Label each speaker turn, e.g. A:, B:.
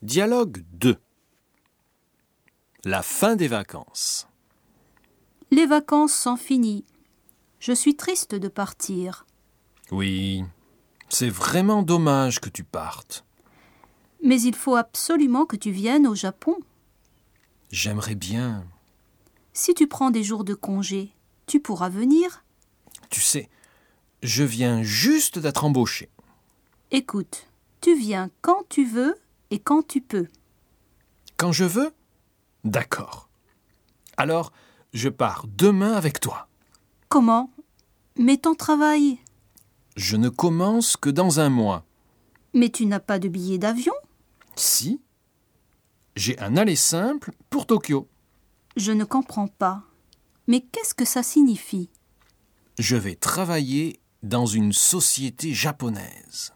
A: Dialogue 2 La fin des vacances.
B: Les vacances sont finies. Je suis triste de partir.
A: Oui, c'est vraiment dommage que tu partes.
B: Mais il faut absolument que tu viennes au Japon.
A: J'aimerais bien.
B: Si tu prends des jours de congé, tu pourras venir.
A: Tu sais, je viens juste d'être embauché.
B: Écoute, tu viens quand tu veux et quand tu peux.
A: Quand je veux D'accord. Alors, je pars demain avec toi.
B: Comment Mais ton travail.
A: Je ne commence que dans un mois.
B: Mais tu n'as pas de billet d'avion
A: Si J'ai un aller simple pour Tokyo.
B: Je ne comprends pas. Mais qu'est-ce que ça signifie
A: Je vais travailler dans une société japonaise.